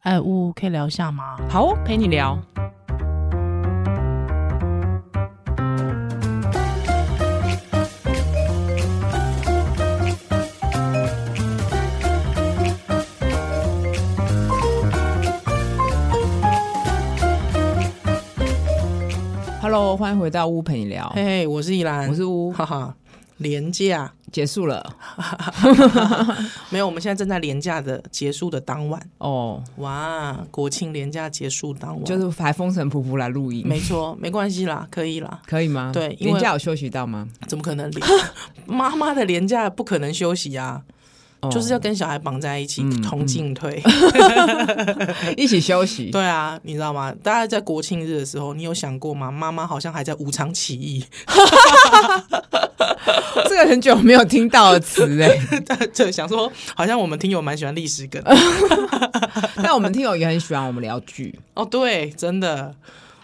哎，呜，可以聊一下吗？好哦，陪你聊。Hello，欢迎回到屋陪你聊，嘿嘿，我是依兰，我是屋， 哈哈，廉价结束了没有，我们现在正在廉价的结束的当晚，哦，哇，国庆廉价结束当晚，就是还风尘仆仆来录音，没错，没关系啦，可以啦，可以吗？对因为人家有休息到吗？怎么可能廉？ 妈妈的廉价不可能休息啊，哦嗯就是要跟小孩绑在一起，同进退。一起休息， 对啊，你知道吗？大家在国庆日的时候，你有想过吗？妈妈好像还在无偿起义， 这个很久没有听到的词哎、对，想说好像我们听友蛮喜欢历史梗的 但我们听友也很喜欢我们聊剧，哦，对，真的，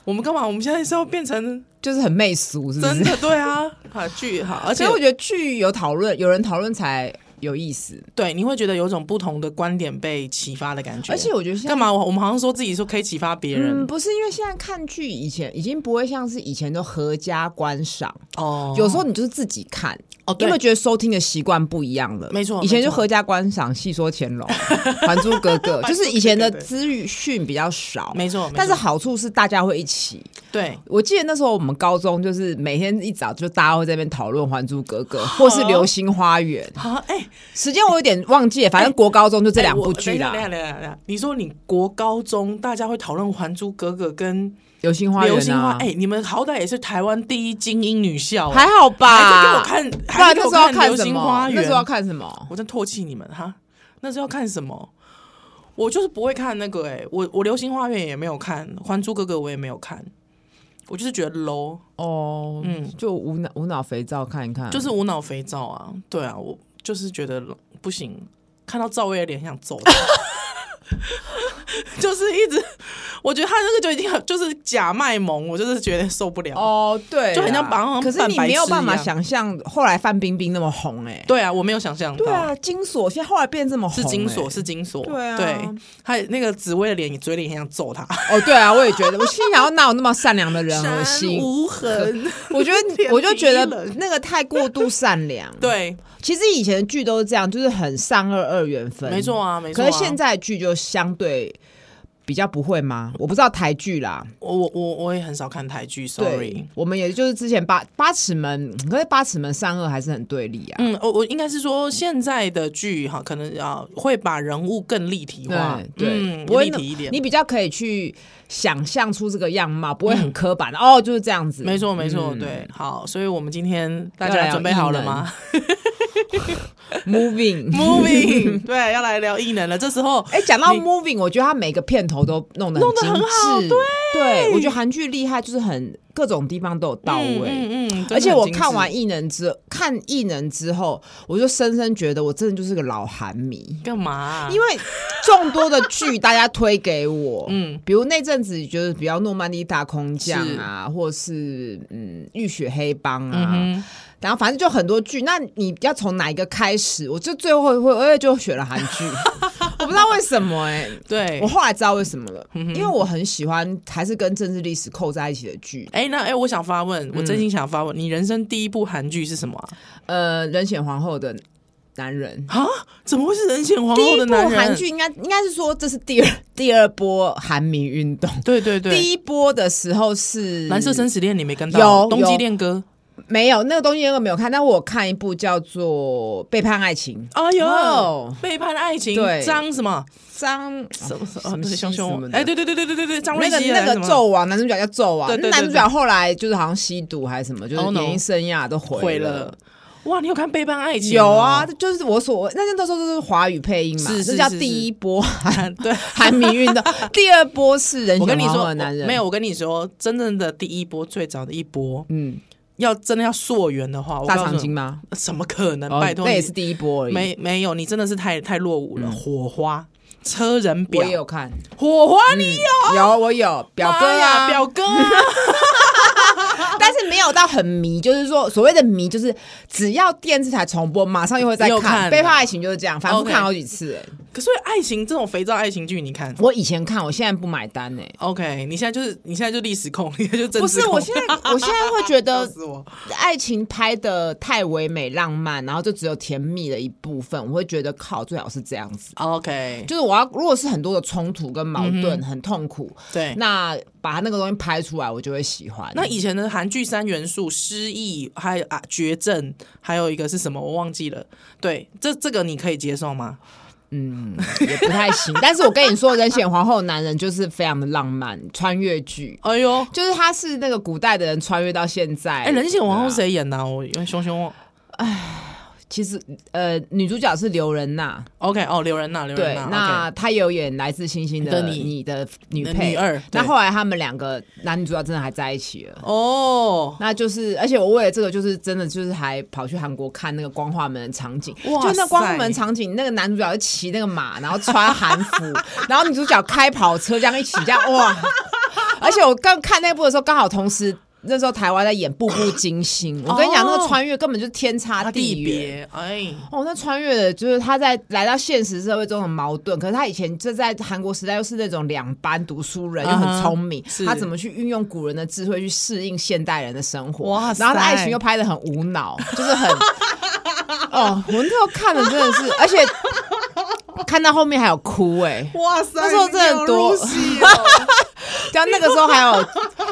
我们干嘛？我们现在是要变成就是很媚俗，是不真是？的对啊，啊剧好，而而且且我觉得剧有讨论，有人讨论才有意思。对你会觉得有种不同的观点被启发的感觉。而且我觉得现在干嘛？我我们好像说自己说可以启发别人、嗯，不是因为现在看剧以前已经不会像是以前都合家观赏，哦，有时候你就是自己看，哦，因对为觉得收听的习惯不一样了。没错以前没就错合家观赏《戏说乾 隆》《还珠格格》，就是以前的还珠格格资讯比较少，没错，没错但是好处是大家会一起。对我记得那时候我们高中就是每天一早就大家会在那边讨论《还珠格 格》或是《流星花园》，好哎、哎时间我有点忘记了，反正国高中就这两部我哎剧啊啦，等一下等一下等一下等一下，你说你国高中大家会讨论《还珠格格》跟流星《花园》流星花》啊，哎、你们好歹也是台湾第一精英女校、啊还好还是给我吧？看，不然那还是给时我候要看《看流什星么花？园嗯那》时候要看什么？我真唾弃你们哈！那是要看什么？我就是不会看那个哎、我我《流星花园》也没有看，《还珠格格》我也没有看，我就是觉得 low，哦，嗯，就无脑无脑肥皂看一看，就是无脑肥皂啊！对啊，我就是觉得不行，看到赵薇的脸想揍她， 就是一直，我觉得他那个就已经很就是假卖萌，我就是觉得受不了。哦，对啦，就很像把好像可是你扮白没痴有办法一样想象后来范冰冰那么红哎，对啊，我没有想象到，对啊，金锁现在后来变这么红是欸，金锁，是金锁，对啊还有那个紫薇的脸，嘴脸很想揍他，哦，对啊，我也觉得，我心想要哪有那么善良的 人，恶心山。无痕。我觉 天得，我就觉得地冷那个太过度善良。， 对，其实以前的剧都是这样，就是很善恶二元分，没错啊，没错、可啊。是现，在的剧就相对比较不会吗？我不知道台剧啦。我我我我也很少看台剧对，sorry。，我们也就是之前八八尺门，可是八尺门善恶还是很对立啊。嗯，我我应该是说现在的剧哈，可能啊会把人物更立体化，对对，嗯不会立那体一点你。比较可以去想象出这个样貌，不会很刻板、哦，就是这样子。嗯没错，没错，嗯对，好，所以我们今天大要家聊准备好了异能吗嗯 ，moving。 ？Moving，对，要来聊异能了。这时候哎、讲到你 moving，我觉得他每个片头都弄得弄得精很好致，对我觉得韩剧厉害就是很各种地方都有到嗯位。嗯嗯，而且真的我很精致看完《异能》之看《异能》之后，我就深深觉得我真的就是个老韩迷，干嘛啊？因为众多的剧大家推给我， 嗯嗯，比如那阵子觉得比较诺曼底大空降啊，或是嗯浴血黑帮啊，嗯哼，然后反正就很多剧，那你要从哪一个开始？我就最后会，我也就选了韩 剧，我不知道为什么哎、对我，后来知道为什么了，嗯因为我很喜欢还是跟政治历史扣在一起的剧，哎，那哎，我想发嗯问，我真心想发问，你人生第一部韩剧是什么啊？呃，人选皇后的男人。啊？怎么会是人显皇第后一的部男人？韩剧应该应该是说这是第二第二波韩迷运动，对对对，第一波的时候是蓝色生死恋你没跟嗯到，有冬季有恋歌。没有那个东西，那个没有看，但我看一部叫做《背叛爱情哎呦，哦背叛爱情，对张什么》，张什么什什么对戏熊什熊么，的哎，对对对对对对对，张瑞那个希那还是个什么纣王，男主角叫纣王，对对对那男主角后来就是好像吸毒还是什么，就是 Oh no 演艺生涯都毁毁了。哇，你有看背叛爱情？有啊，，就是我所谓，那那时候都是华语配音嘛，是是这叫是是第一波 韩 对。韩民运 动，第二波是人我跟选你皇后说的，男人，没有。我跟你说，真正的第一波，最早的一波，嗯要真的要溯源的话，我大告诉长你今吗？怎么可能？哦拜托那你，也是第一波而已。没没有，你真的是太太落伍了。火花、车人嗯我也表、有看，火花，你有我有表哥妈啊，呀，表哥啊， 但是没有到很迷，就是说所谓的迷，就是只要电视台重播，马上又会再又看了背叛爱情就是这样，反复 OK 看好几次、哎可是爱情这种肥皂爱情剧，你看我以前看，我现在不买单呢、 ，OK，你现在就是你现在就历史控，你 现在就政不治是，哦控我现在我现在会觉 笑得死我，爱情拍的太唯美浪漫，然后就只有甜蜜的一部分，我会觉得靠，最好是这样子。 OK，就是我要如果是很多的冲突跟矛盾，很痛苦，对。那把它那个东西拍出来，我就会喜欢。那以前的韩剧三元素，失忆，还有啊绝症，还有一个是什么我忘记了。对，这这个你可以接受吗？也不太行。但是我跟你说，《人选皇后》的男人就是非常的浪漫，穿越剧。哎呦，就是他是那个古代的人穿越到现在，哎、人血王后对啊？谁演的啊、我有点熊熊忘。其实呃，女主角是刘仁娜， OK，哦，刘仁娜，刘对仁，娜，那她也有演《来自星星的的你你》的女 OK，配女。二。那对后来他们两个男女主角真的还在一起了。哦，那就是，而且我为了这个，就是真的就是还跑去韩国看那个光化门的场景，哇就那光化塞门场景，那个男主角就骑那个马，然后穿韩服， 然后女主角开跑车这样一起这样 哇！而且我刚看那部的时候，刚好同时那时候台湾在演《步步惊心》，我跟你讲，哦那个穿越根本就是天差他地地别。别，哎，哦，那穿越的就是他在来到现实社会中的矛盾，可是他以前就在韩国时代又是那种两班读书人，又很嗯哼聪明，是他怎么去运用古人的智慧去适应现代人的生活？哇塞然后他爱情又拍的很无脑，就是很哦，我那时候看了真的是，而且看到后面还有哭哎、哇塞那时候真的多你好入戏哦但那个时候还有，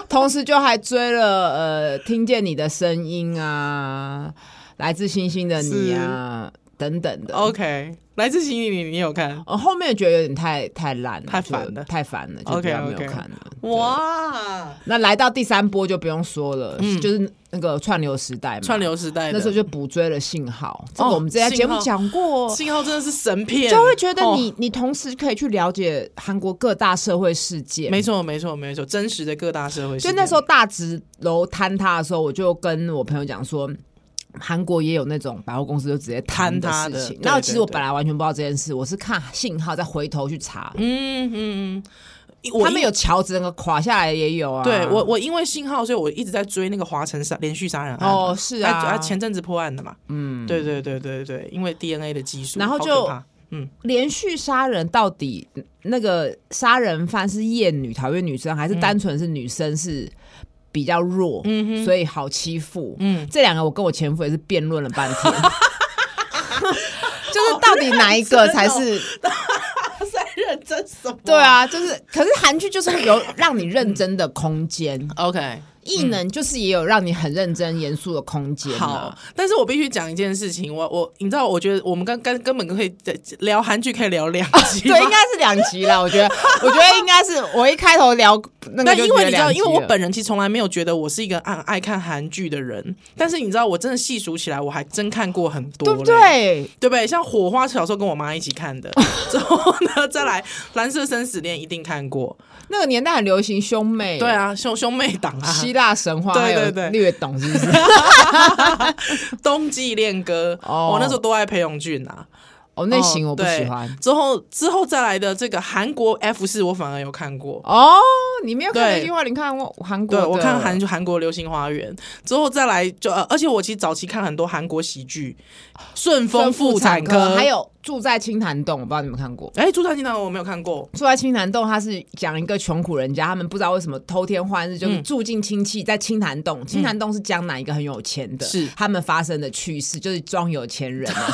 同时就还追了呃，听见你的声音啊，来自星星的你啊，等等的。 哦 OK，来自星星你你有看？我呃后面觉得有点太太烂了，太烦就了太烦了，就比 OK，较没有 OK 看了。对！哇，那来到第三波就不用说了，就是那个串流时代嘛，嗯串流时代的那时候就补追了《信号》，这个哦我们之前节目信号讲过。哦信号真的是神片，就会觉得你哦、，你同时可以去了解韩国各大社会事件，没错没错没错，真实的各大社会事就件，那时候大直楼坍塌的时候，我就跟我朋友讲说。韩国也有那种百货公司就直接坍的塌事的情，对那其实对我对本来完全不知道这件事，我是看信号再回头去查，嗯，嗯嗯嗯，他们有。有桥整个垮下来也有啊。对我，我因为信号，所以我一直在追那个华晨杀连续杀人案嘛。哦是啊他前阵子破案的嘛。嗯，对对对对对，因为 DNA 的技术，然后好可就 怕连续杀人到底那个杀人犯是厌女讨厌女生，嗯还是单纯是女生是比较弱，所以好欺负？嗯这两个我跟我前夫也是辩论了半 天，就是到底哪一哦个才是？在认真什么？对啊，就是可是韩剧就是有让你认真的空嗯间， ，OK，异能就是也有让你很认真严肃的空间啊。好。但是我必须讲一件事情，我我你知道，我觉得我们刚刚根本可以聊韩剧，可以聊两集吗。哦对，应该是两集啦。我觉得， 我觉得应该是我一开头聊那那个就因觉为得你知道，两集因了，为我本人其实从来没有觉得我是一个爱爱看韩剧的人，但是你知道，我真的细数起来，我还真看过很多，对不？对？对不对？像《火花》小时候跟我妈一起看的，之后呢，再来《蓝色生死恋》一定看过，那个年代很流行兄妹，对，啊，兄兄妹 党啊，希腊神话对还有对对略懂是不 是？冬季恋歌，哦我、那时候都爱裴勇俊啊，哦，那型我不喜哦欢对。之后之后再来的这个韩国 F 四，我反而有看过。哦，你没有看对这句话，你看过韩国对，的？我看韩韩国《流星花园》之后再来就，呃，而且我其实早期看很多韩国喜剧，《顺丰丰妇产科》，还有住在青潭洞，我不知道你们看过。哎，《朱砂金堂》我没有看过，住在青潭洞，它是讲一个穷苦人家，他们不知道为什么偷天换日，就是住进亲戚在青潭洞。青潭洞是江南一个很有钱的，是他们发生的趣事，就是装有钱人啊。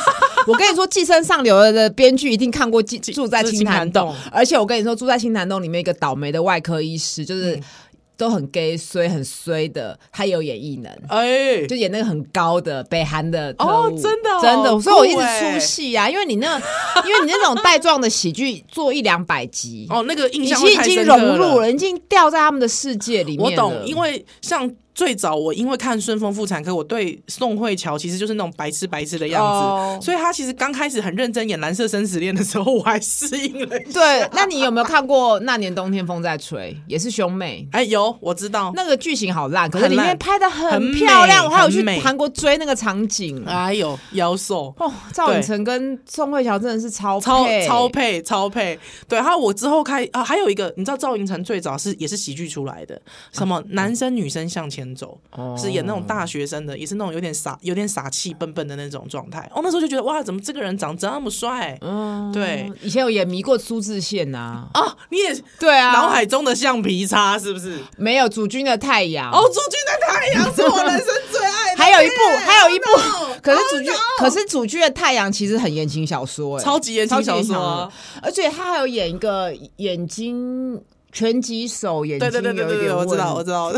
我跟你说，《寄生上流》的编剧一定看过《寄住在青潭洞》就是青潭而且我跟你说，住在青潭洞里面有一个倒霉的外科医师，就是都很 gay 衰很衰的，他也有演艺能。哎，就演那个很高的北韩的特务哦真的哦真的，酷所以我一直欸出戏啊，因为你那，因为你那种带状的喜剧做一两百集，哦，那个印你象其实会已太经深刻融入了，已经掉在他们的世界里面我懂了，因为像最早我因为看《顺风妇产科》，我对宋慧乔其实就是那种白痴白痴的样子，哦所以她其实刚开始很认真演《蓝色生死恋》的时候，我还适应了一下。对。那你有没有看过《那年冬天风在吹》？也是兄妹。哎，有我知道，那个剧情好烂，可是里很面烂拍的很很美漂亮，我还有很去美韩国追那个场景。哎呦，妖兽。哦，赵寅对成跟宋慧乔真的是超超配超配超配，对，还有我之后开啊，还有一个，你知道赵寅成最早是也是喜剧出来的，什么男生女生向前牵走，啊哦是演那种大学生的，也是那种有点傻、有点傻气、笨笨的那种状态。哦，那时候就觉得哇，怎么这个人长这么帅？嗯对，以前有也迷过苏志啊燮 呐、哦，你也对啊，脑海中的橡皮擦是不是？没有主君的太阳哦，朱军的太阳是我人生最爱的，还有一部对，还有一部 Oh no，可是主角 Oh no，可是主角的太阳其实很言情小说、欸，超级言情小说超啊级言情小说而哦且他还有演一个眼睛拳击手，眼睛对对对对对有一点对，我知道问我知道，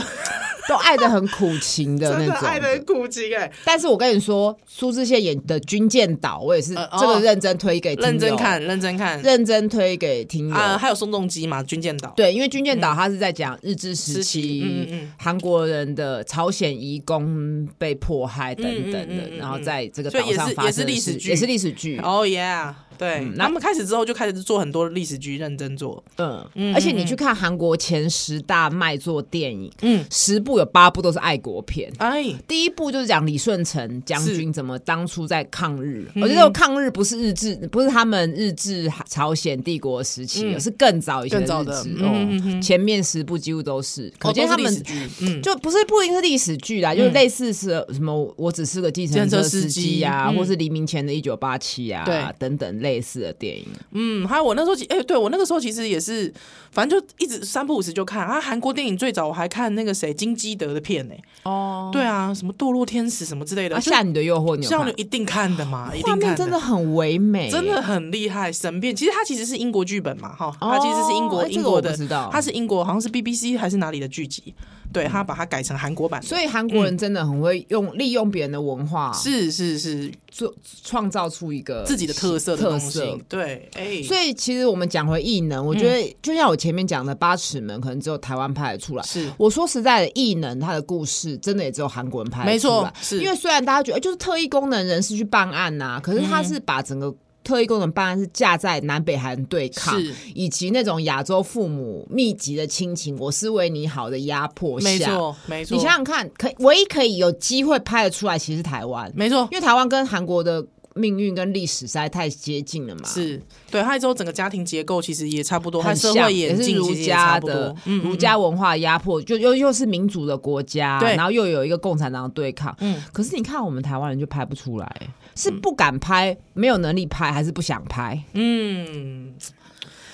都爱的很苦情 的那真的种爱的苦情哎，但是我跟你说，苏志燮演的《军舰岛》，我也是呃哦这个认真推给、认真，看认真看认真推给听友。啊，还有宋仲基嘛，军舰岛，对，因为《军舰岛》它是在讲日治时嗯时期嗯嗯期嗯韩国人的朝鲜移工被迫害等等嗯嗯的嗯，嗯然后在这个所以岛也是上发生的也是历史事剧也是历史剧。哦耶，对，嗯那他们开始之后就开始做很多历史剧，认真做，嗯，而且你去看韩国前十大卖座电影，嗯，十部有八部都是爱国片。哎，第一部就是讲李舜臣将军怎么当初在抗日，嗯我觉得抗日不是日治，不是他们日治朝鲜帝国时期，嗯是更早以前更早日的治嗯嗯哦。前面十部几乎都是，可见见他历史们剧，嗯，就不是不一定是历史剧啦，就是类似是什么我只是个计程车司机计程车啊，司机嗯或是黎明前的一九八七啊对等等类似的电影。嗯，还有我那时候其，哎、对我那个时候其实也是，反正就一直三不五时就看啊。韩国电影最早我还看那个谁金基德的片呢、哦，对啊，什么堕落天使什么之类的，啊，就像你的诱惑，你有像看你一定看的嘛，一画定看面真的很唯美，真的很厉害，神变。其实它其实是英国剧本嘛，哈，哦它其实是英国、哎这个英国我的不知道，嗯它是英国好像是 BBC 还是哪里的剧集，对，它把它改成韩国版的。所以韩国人真的很会用利用别人的文化，嗯是是是，做创造出一个自己的特色的特东西色。，对，哎、所以其实我们讲回异能，我觉嗯得就像我前面讲的，八尺门可能只有台湾拍得出来。是我说实在的，异能它的故事真的也只有韩国人拍得没出来错，是因为虽然大家觉得、哎就是特异功能人士去办案呐、可是他嗯是把整个特异功能办案是架在南北韩对抗是，以及那种亚洲父母密集的亲情，我是为你好的压迫下。没错没错，你想想看，可唯一可以有机会拍得出来，其实是台湾，没错，因为台湾跟韩国的命运跟历史实在太接近了嘛。。是对，还有之后整个家庭结构其实也差不多，还很有社像，会也演是进儒其实也家差不的多，嗯，儒家文化压迫，就又又是民主的国家，对然后又有一个共产党的对抗。嗯可是你看，我们台湾人就拍不出来，是不敢拍，没有能力拍，还是不想拍？嗯，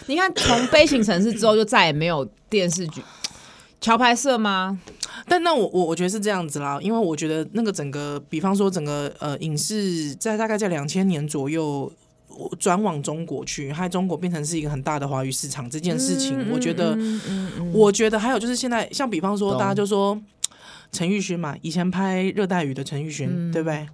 你看，从《悲情城市》之后，就再也没有电视剧。桥牌社吗？但那我我我觉得是这样子啦，因为我觉得那个整个，比方说整个呃影视在大概在两千年左右。我转往中国去，害中国变成是一个很大的华语市场这件事情，我觉得，我觉得还有就是现在，像比方说，懂大家就说陈奕迅嘛，以前拍《热带雨》的陈奕迅，对不对？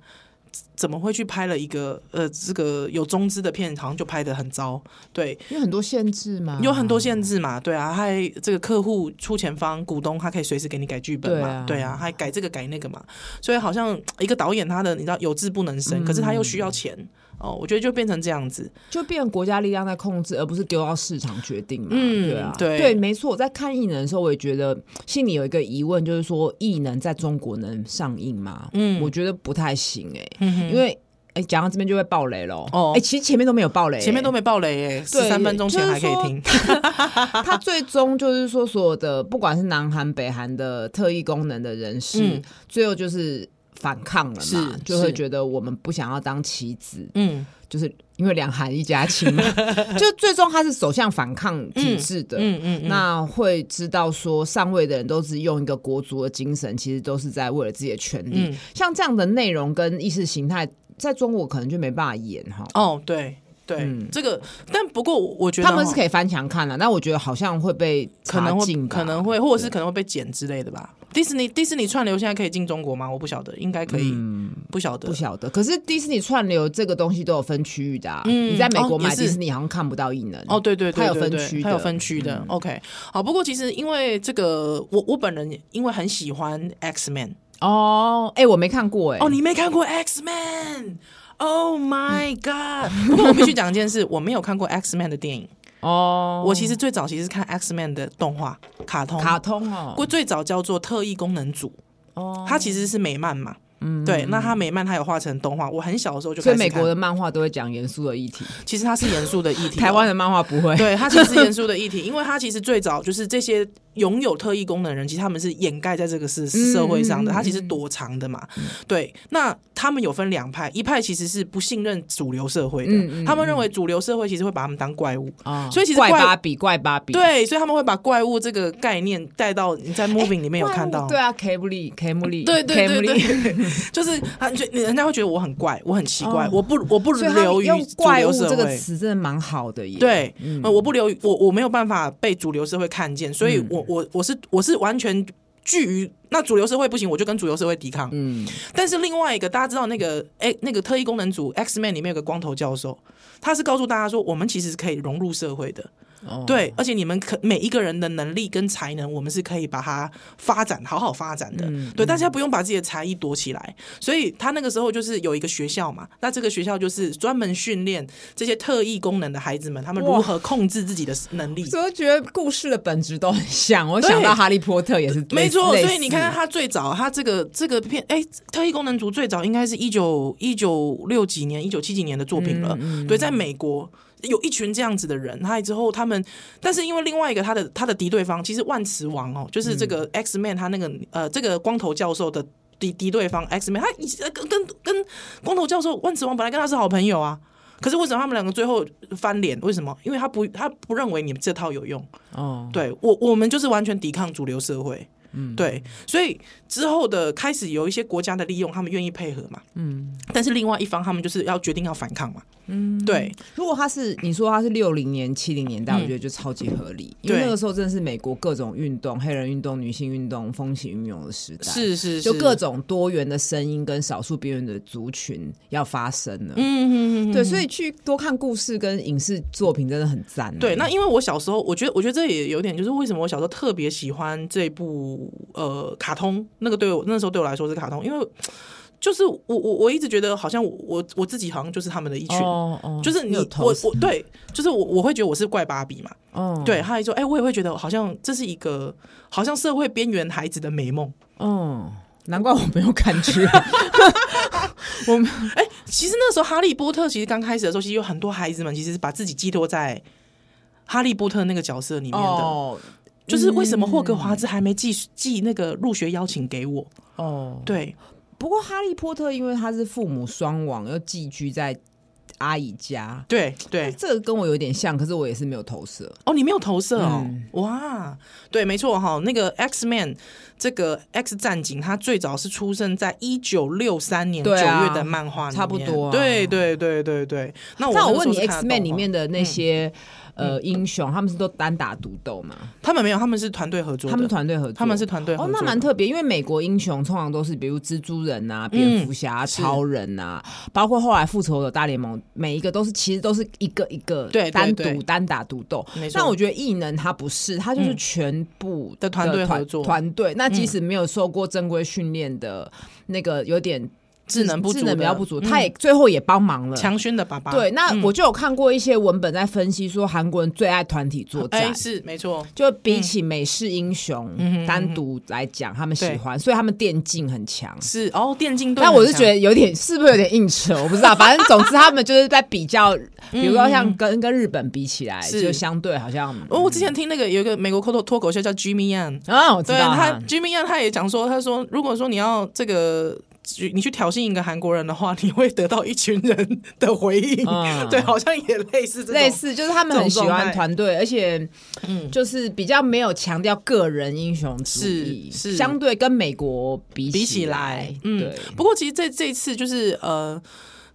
怎么会去拍了一个呃，这个有中资的片，好像就拍的很糟，对。因为很多限制嘛，有很多限制嘛，对啊，还这个客户出钱方股东，他可以随时给你改剧本嘛，对啊对啊，还改这个改那个嘛，所以好像一个导演他的你知道有志不能伸，可是他又需嗯要钱哦，我觉得就变成这样子，就变成国家力量在控制，而不是丢到市场决定嘛。嗯对啊，对没错。我在看异能的时候，我也觉得心里有一个疑问，就是说异能在中国能上映吗？嗯，我觉得不太行哎、嗯因为哎讲、到这边就会爆雷喽。哦哎、其实前面都没有爆雷欸、前面都没爆雷耶，十对三分钟前还可以听， 他最终就是说，所有的不管是南韩、北韩的特异功能的人士，嗯最后就是反抗了嘛是，就会是觉得我们不想要当棋子，嗯，就是因为两韩一家亲 嘛，就最终他是走向反抗体制的。嗯嗯嗯，那会知道说，上位的人都是用一个国族的精神，其实都是在为了自己的权利。嗯像这样的内容跟意识形态，在中国可能就没办法演哈。哦，对对，这个，但不过我我觉嗯得他们是以可以翻墙看的、但我觉得好像会被查可能会禁吧可能会，或者是可能会被剪之类的吧。迪士尼迪士尼串流现在可以进中国吗？我不晓得，应该可以，不晓得嗯不，晓得。可是迪士尼串流这个东西都有分区域的、啊，你在美国哦也买是迪士尼好像看不到异能哦，，对对对它有对分对区它有的嗯分区的。OK，好，不过其实因为这个，我我本人因为很喜欢 X Man。哦，哎、我没看过哎、哦，你没看过 X Man。Oh my god！不过我必须讲一件事，我没有看过 X Man 的电影。 哦，我其实最早其实是看 X Man 的动画、卡通，卡通哦，过最早叫做特异功能组，哦，它其实是美漫嘛。嗯，对，那他美漫他有画成动画，我很小的时候就开所以始美看国的漫画都会讲严肃的 议题，其实它是严肃 的议题哦、台湾的漫画不会。对它其实严肃的议题，因为它其实最早就是这些拥有特异功能的人，其实他们是掩盖在这个是社会上的，嗯他其实躲藏的嘛。对，那他们有分两派，一派其实是不信任主流社会的，嗯嗯他们认为主流社会其实会把他们当怪物。啊所以其实怪怪芭比，怪芭比，对，所以他们会把怪物这个概念带到你在 moving 里面有看到，哎对啊，凯布利，凯布利，对凯对对 布利对，就是啊，就人家会觉得我很怪，我很奇怪，哦我不我不所以他流们于用“主怪物流”社这个会。词真的蛮好的耶。对，嗯呃我不流于我我没有办法被主流社会看见，所以嗯我、我我是我是完全居于那主流社会不行，我就跟主流社会抵抗。嗯，但是另外一个大家知道那个哎、那个特异功能组 X Man 里面有个光头教授，他是告诉大家说我们其实是可以融入社会的，哦，对，而且你们可每一个人的能力跟才能，我们是可以把它发展好好发展的。嗯对，大家不用把自己的才艺躲起来。所以他那个时候就是有一个学校嘛，那这个学校就是专门训练这些特异功能的孩子们，他们如哇何控制自己的能力。所以我觉得故事的本质都很像。我想对到《哈利波特》也是类，没错，类所以你似看看他最早，他这个这个片，哎、特异功能组最早应该是一九一九六几年、一九七几年的作品了。嗯对，在美国有一群这样子的人，他之后他们，但是因为另外一个他的他的敌对方，其实万磁王哦，就是这个嗯 X Man 他那个呃这个光头教授的。敌敌对方 X Man，他以前跟跟跟光头教授万磁王本来跟他是好朋友啊，可是为什么他们两个最后翻脸？为什么？因为他不他不认为你们这套有用，哦，对我，我们就是完全抵抗主流社会。嗯，对，所以之后的开始有一些国家的利用，他们愿意配合嘛。嗯，但是另外一方他们就是要决定要反抗嘛。嗯，对，如果他是你说他是六零年、七零年代，我觉得就超级合理，因为嗯对那个时候真的是美国各种运动、黑人运动、女性运动风起云涌的时代，是是是，就各种多元的声音跟少数边缘的族群要发生了。嗯嗯嗯嗯，对，所以去多看故事跟影视作品真的很赞欸。对。那因为我小时候，我觉得我觉得这也有点，就是为什么我小时候特别喜欢这部呃卡通，那个对我那时候对我来说是卡通，因为就是我我我一直觉得好像我我我自己好像就是他们的一群。哦哦，就是你有我投我对，就是我我会觉得我是怪芭比嘛，哦，对，他还说，哎、我也会觉得好像这是一个好像社会边缘孩子的美梦。哦，难怪我没有啊感觉。哎、其实那时候《哈利波特》其实刚开始的时候，其实有很多孩子们其实是把自己寄托在哈利波特那个角色 里面的。哦嗯就是为什么霍格华兹还没寄寄那个入学邀请给我？哦，对，不过哈利波特因为他是父母双亡，又寄居在阿姨家，对，对，这个跟我有点像，可是我也是没有投射。哦，你没有投射哦，嗯哇，对，没错哈、那个 X Man 这个 X 战警，他最早是出生在一九六三年九对啊月的漫画里面、差不多啊对对对对对。那我那我个时问候你是看嗯，X 得 Man 懂里吗面的那些嗯呃英雄，他们是都单打独斗嘛？他们没有，他们是团队合作的，他们团队合作，他们是团队合哦作，的，那蛮特别，因为美国英雄通常都是比如蜘蛛人啊、蝙蝠侠、啊、嗯是超人啊，包括后来复仇者大联盟，每一个都是其实都是一个一个对对单对独单打独斗。没错。那我觉得异能他不是，他嗯就是全部的团队合作团队。那嗯即使没有受过正规训练的，那个有点智能不足智的能比较不足，嗯他也最后也帮忙了。强勋的爸爸，对，那嗯我就有看过一些文本在分析说韩国人最爱团体作哎、战，是没错，就比起美式英雄、嗯单独来讲，他们喜欢，所以他们电竞很强。是哦，电竞队但很强。我是觉得有点是不是有点硬扯，我不知道。反正总之他们就是在比较，比如说像跟跟日本比起来，嗯是就相对好像哦，我之前听那个有一个美国脱口脱口秀叫 Jimmy Yan，啊，我知对道他啊 Jimmy Yan 他也讲说，他说如果说你要这个。你去挑衅一个韩国人的话，你会得到一群人的回应。嗯 对，好像也类似这种类似，就是他们很喜这种状态欢团队，而且嗯就是比较没有强调个人英雄主是义，是相对跟美国比比起起来，嗯对。，不过其实这这一次就是呃，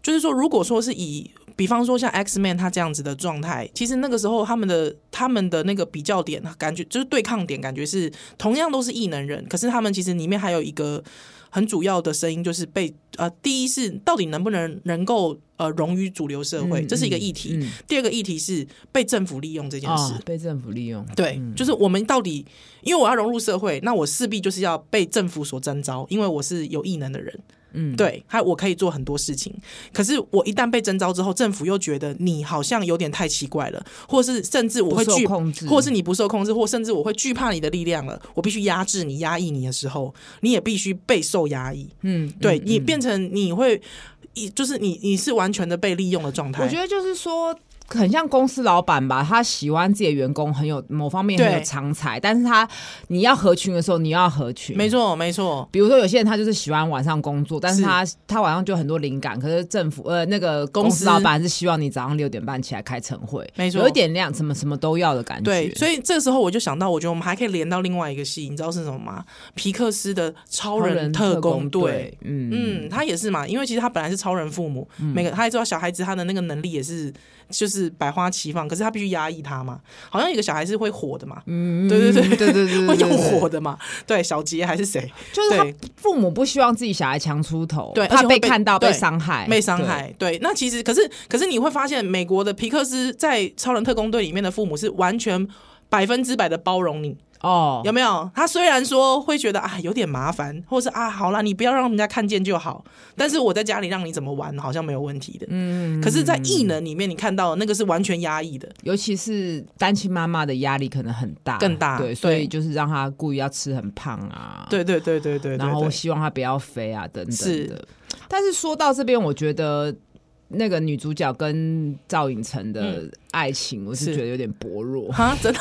就是说，如果说是以比方说像 X Man 他这样子的状态，其实那个时候他们的他们的那个比较点，感觉就是对抗点，感觉是同样都是异能人，可是他们其实里面还有一个很主要的声音，就是被呃，第一是到底能不能能够呃融于主流社会，嗯这是一个议题。嗯嗯第二个议题是被政府利用这件哦，事。嗯被政府利用，对，就是我们到底，因为我要融入社会，那我势必就是要被政府所征召，因为我是有异能的人，嗯，对，还有我可以做很多事情。可是我一旦被征召之后，政府又觉得你好像有点太奇怪了，或是甚至我会不受惧控制或是你不受控制，或甚至我会惧怕你的力量了，我必须压制你、压抑你的时候，你也必须备受压抑。嗯，对你变成你会，一就是你你是完全的被利用的状态。我觉得就是说。很像公司老板吧，他喜欢自己的员工很有某方面很有对长才，但是他你要合群的时候，你要合群。没错，没错，比如说有些人他就是喜欢晚上工作，但是是他他晚上就很多灵感，可是政府呃那个公公司司老板是希望你早上六点半起来开晨会，没错有一点那样什么什么都要的感觉。对。所以这时候我就想到，我觉得我们还可以连到另外一个戏，你知道是什么吗？皮克斯的《超超人人特工工队》。，嗯嗯，他也是嘛，因为其实他本来是超人父母，每个他也知道小孩子他的那个能力也是就是百花齐放，可是他必须压抑他嘛。好像有个小孩是会火的嘛，嗯，对对对对对对 对，会对用火，的嘛，对，小杰还是谁就是他对父母不希望自己小孩强出头，对而怕且会被被看到对被伤害，被伤对。害？对，那其实可是可是你会发现，美国的皮克斯在《超人特工队》里面的父母是完全。百分之百的包容你，哦，有没有？他虽然说会觉得啊有点麻烦，或是啊好啦，你不要让人家看见就好。但是我在家里让你怎么玩，好像没有问题的。嗯，可是，在异能里面，你看到的那个是完全压抑的，尤其是单亲妈妈的压力可能很大，更大对对，所以就是让她故意要吃很胖啊，，对对对对对对然后对希望她不要肥啊，等等是的。但是说到这边，我觉得那个女主角跟赵寅成的爱情，我嗯是是觉得有点薄 弱，啊，真的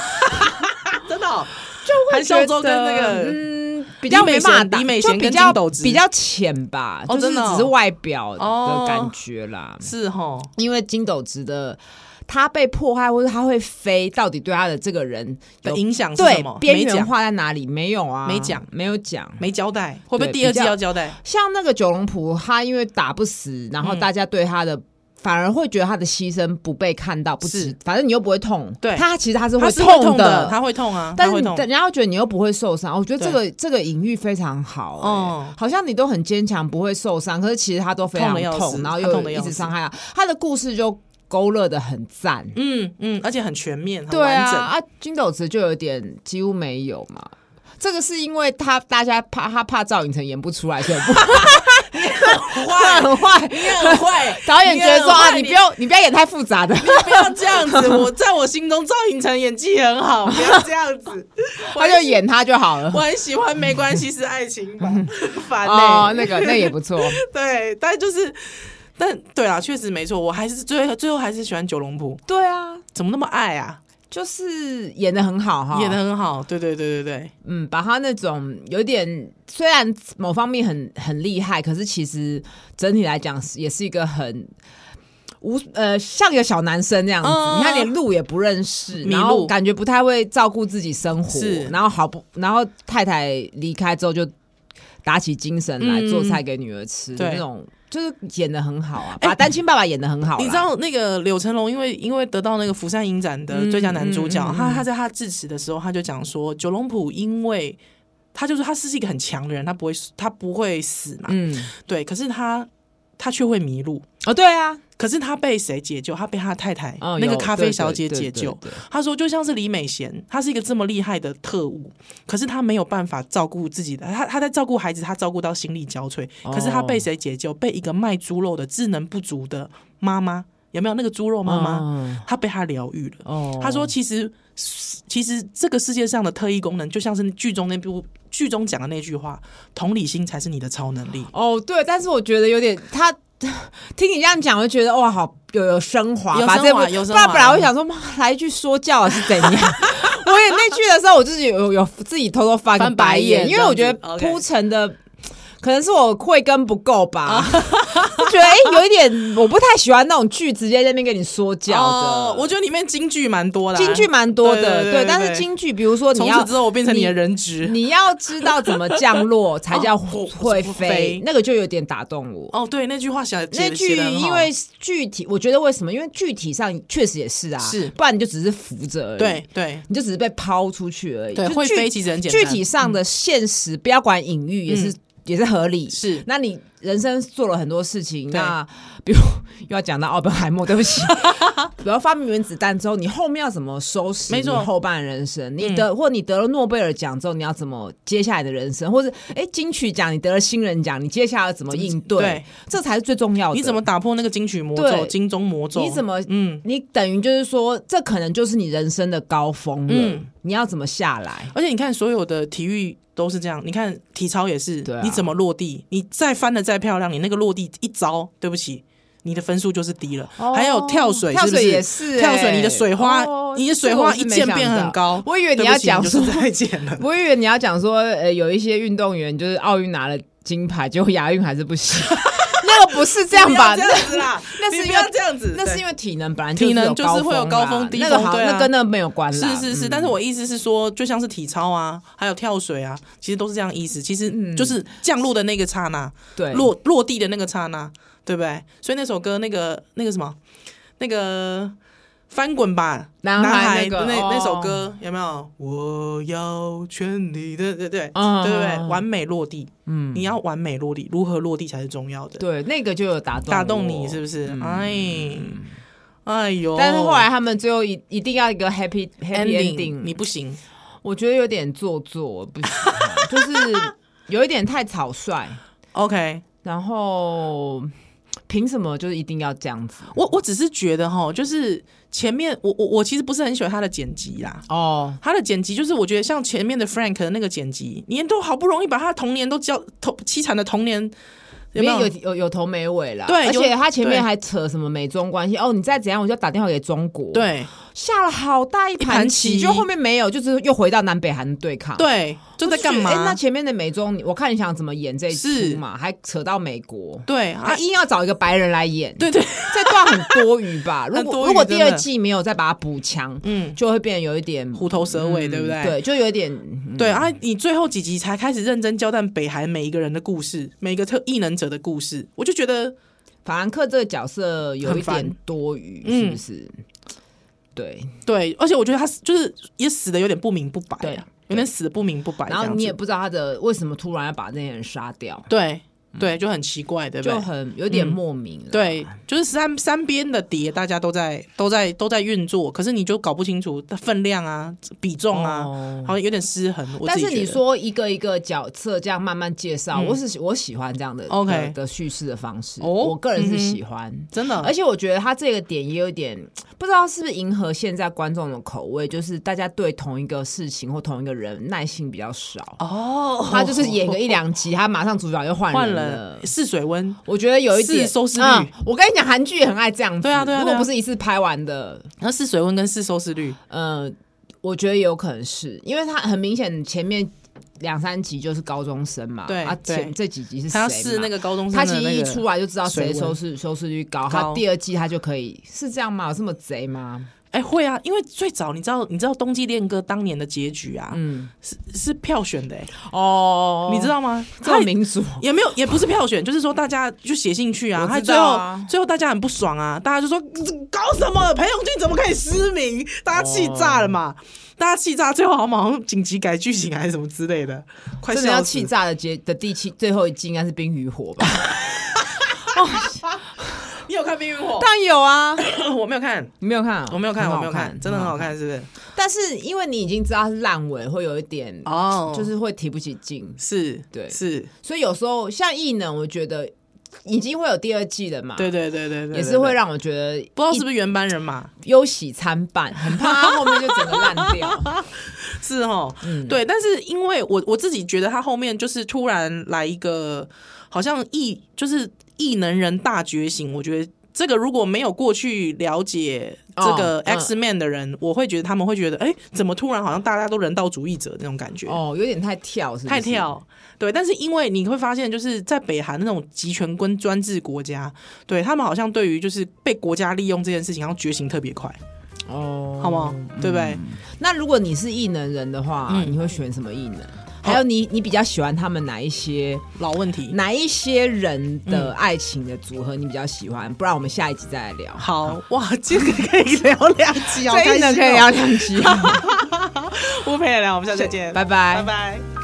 真的哦、就韩秀周跟那个嗯比较没办法打，李美就贤比跟金较斗子比较浅吧，哦就是真的哦只是外表哦的感觉啦，是哦吼，因为金斗子的。他被迫害，或者他会飞，到底对他的这个人有的影响是什对么？，边没缘讲化在哪里？没有啊，没讲，没有讲。没交代，会不会对第二季比较要交代？像那个九龙埔，他因为打不死，然后嗯大家对他的。反而会觉得他的牺牲不被看到，不是值，反正你又不会痛，对他其实他是他是会痛痛的，他会痛啊，但他是会你痛，人家会觉得你又不会受伤。我觉得这对个这个隐喻非常好、欸，嗯好像你都很坚强，不会受伤，可是其实他都非常痛得要痛，死然后他痛又得一要直死伤害他。他的故事就勾勒的很赞，嗯嗯，而且很全面，很对完啊， 整，啊，金斗子就有点几乎没有嘛。这个是因为他大家怕他怕赵寅成演不出来，所以不 坏，很坏。。你很会 导演觉得说啊，你很坏你不要你不要演太复杂的， 不要这样子，我在我心中赵寅成演技 很好，不要这样子，我他就演他就好了我。很喜欢，没关系是爱情吧，烦 欸哦，那个那也不错， 对，但就是，但对啊，确实没错，我还是最最后还是喜欢九龙埔， 对啊，怎么那么爱啊？就是演的很好哈，演的很好，对对对对对，嗯，把他那种有点虽然某方面很很厉害，可是其实整体来讲是也是一个很无呃像个小男生那样子。嗯你看连路也不认识，迷路然后感觉不太会照顾自己生活是，然后好不，然后太太离开之后就打起精神来嗯做菜给女儿吃，对那种就是演的很好啊，哎把单亲爸爸演的很好啦、啊你知道那个柳成龙，因为因为得到那个釜山影展的最佳男主角，嗯嗯嗯嗯他他在他致辞的时候，他就讲说，九龙埔因为他就是他是一个很强的人，他不会他不会死嘛，嗯，对，可是他他却会迷路。哦，对啊，可是他被谁解救？他被他太太、嗯那个有咖对啡对小姐对解对救。对他说，就像是李美贤，她是一个这么厉害的特务，可是她没有办法照顾自己的，她她在照顾孩子，她照顾到心力交瘁。哦可是她被谁解救？被一个卖猪肉的智能不足的妈妈，有没有那个猪肉妈妈？嗯她被她疗愈了。哦她说，其实其实这个世界上的特异功能，就像是剧中那部剧中讲的那句话，同理心才是你的超能力。哦，对，但是我觉得有点他。 听你这样讲，我就觉得哇，好有有升华，有把升这华部，有不升华然本来我想说，妈来一句说教是怎样？ 我演那句的时候，我就是有有有自己偷偷翻个翻白白眼眼，因为我这觉样得子，OK 铺陈的可能是我慧根不够 吧，就觉得哎、有一点我不太喜欢那种剧直接在那边跟你说教哦的，，我觉得里面京剧蛮多的、啊，京剧蛮多对对的，对对但是对京剧比如说你从要此之后我变成你的你人质。你要知道怎么降落才叫 哦会会飞飞，那个就有点打动我。哦，对，那句话写那句因为具体，我觉得为什么？因为具体上确实也是啊，是不然你就只是浮着而已，，对对你就只是被抛出去而已。对，就会具飞其实很简单。嗯具体上的现实，不要管隐喻，也是、也是合理。是那你人生做了很多事情，对那比如又要讲到奥本海默，对 不 起，比如发明原子弹之后，你后面要怎么收拾？没错嗯后半人生，你得、或你得了诺贝尔奖之后，你要怎么接下来的人生？或者哎，金曲奖你得了新人奖，你接下来要怎么应对？对这才是最重要的。你怎么？打破那个金曲魔咒、对金钟魔咒？你怎么？嗯？你等于就是说，这可能就是你人生的高峰了。嗯你要怎么下来？而且你看，所有的体育都是这样。你看体操也是，对啊你怎么落地？你再翻的再漂亮，你那个落地一招，对不起，你的分数就是低了。还有跳水哦跳是不水是，也是欸、跳水你的水花，哦你的水这个我花是一没溅想变到很高。我以为你对要不起讲就是说，再见 了。我以为你要讲说，呃，有一些运动员就是奥运拿了金牌，结果亚运还是不 行。那个不是这样吧？不要这样子啦， 那你是不因要为这样子，那是因为。为体能本来体能就是有会有高高啦峰低那个好，峰对啊那跟那没有关啦。是是是，嗯但是我意思是说，就像是体操啊，还有跳水啊，其实都是这样意思。其实就是降落的那个刹那，嗯对落落地的那个刹那，对不对？所以那首歌，那个那个什么，那个翻滚吧，男男孩那个的那、哦那首歌有没有？我要全力的，对对、嗯对对对，完美落地，嗯，你要完美落地，如何落地才是重要的，对那个就有打动打我动你是不是？哎，哎呦，但是后来他们最后一一定要一个 happy happy ending, ending，你不行，我觉得有点做作，不行 啊，就是有一点太草率。 OK。然后凭什么就是一定要这样子？我我只是觉得哈，就是前面我我我其实不是很喜欢他的剪辑啦，哦，他的剪辑就是我觉得像前面的 Frank 的那个剪辑，你都好不容易把他的童年都交童凄惨的童年，有因没为有有？有有头没尾啦，对而有且他前对面还扯什么美中关系哦，你再怎样我就要打电话给中国，，对下了好大一一盘棋，棋就后面没有，就是又回到南北韩对抗，，对，就在干哎，那嘛？前面的美中，你我看你想怎么演这一是出嘛，还扯到美国，对他啊，硬要找一个白人来演，对对，这段很多余 吧？如很多果余如果第二真的季没有再把它补强，嗯，就会变得有一点虎头蛇尾，嗯对不对？对，就有一点嗯对啊，你最后几集才开始认真交代北韩每一个人的故事，每个特异能者的故事，我就觉得法兰克这个角色有一很点烦多余，嗯是不是？对，对，而且我觉得他就是也死的有点不明不白、对啊，有点死的不明不白这然样子，后你也不知道他的为什么突然要把那些人杀掉，对对，就很奇怪，对嗯不就对？很有点莫名、了。对，就是三三边的碟，大家都在都在都在运作，可是你就搞不清楚分量啊、比重啊，哦好像有点失衡。我自但己是你觉得嗯说一个一个角色这样慢慢介绍，我是我喜欢这样的 OK 的的叙事的方式，哦我个人是嗯哼嗯喜欢。真的，而且我觉得他这个点也有点不知道是不是迎合现在观众的口味，就是大家对同一个事情或同一个人耐心比较少。哦，他就是演个一两集，他马上主角就换换人了了。试水温，我觉得有一点是收视率嗯我跟你讲，韩剧也很爱这样子。对啊对啊如果对啊不是一次拍完的，那试水温跟试收视率，呃，我觉得有可能是因为他很明显前面两三集就是高中生嘛，对啊，对前这几集是谁他要嘛试那个高中他生其的实那一个出来就知道谁水温收视收视率高，高他第二季他就可以是这样吗？有这么贼吗？哎，会啊，因为最早你知道，你知道《冬季恋歌》当年的结局啊，嗯，是是票选的，哎哦你知道吗？这么他民 主，也没有，也不是票选，就是说大家就写信去啊，我他知最道后、啊最后大家很不爽啊，大家就说搞什么裴勇俊怎么可以失明？大家气炸了嘛，大家气炸，最后好像好像紧急改剧情还是什么之类的，快真的要笑气死！炸的结的第七最后一季应该是《冰与火》吧？ 你有看《冰与火当然有啊，》我没有看， 你没有看啊？ 我没有看，很我好没有看，真的很好。看，是不是？但是因为你已经知道它是烂尾，会有一点，哦就是会提不起劲，是，对是，所以有时候像异能，我觉得已经会有第二季了嘛，对对对对对，也是会对。让我觉得不知道是不是原班人马，忧喜参半，很怕它后面就整个烂 掉。是哦，嗯对。但是因为我我自己觉得他后面就是突然来一个，好像异就是异能人大觉醒，我觉得。这个如果没有过去了解这个哦嗯 X Man 的人，我会觉得他们会觉得，哎，怎么突然好像大家都人道主义者那种感觉，哦，有点太跳，是不是太。跳。对，但是因为你会发现，就是在北韩那种集权跟专制国家，对他们好像对于就是被国家利用这件事情，然后觉醒特别快，哦，好吗？嗯对不对？那如果你是异能人的话，你会选什么异能？还有你，你比较喜欢他们哪一些老问题。哪一些人嗯的爱情的组合你比较喜欢？不然我们下一集再来聊。好哇，今天可以聊两 集，好这啊开一心、哦能可以聊，两集，不陪你聊，我们下次再见，拜拜拜。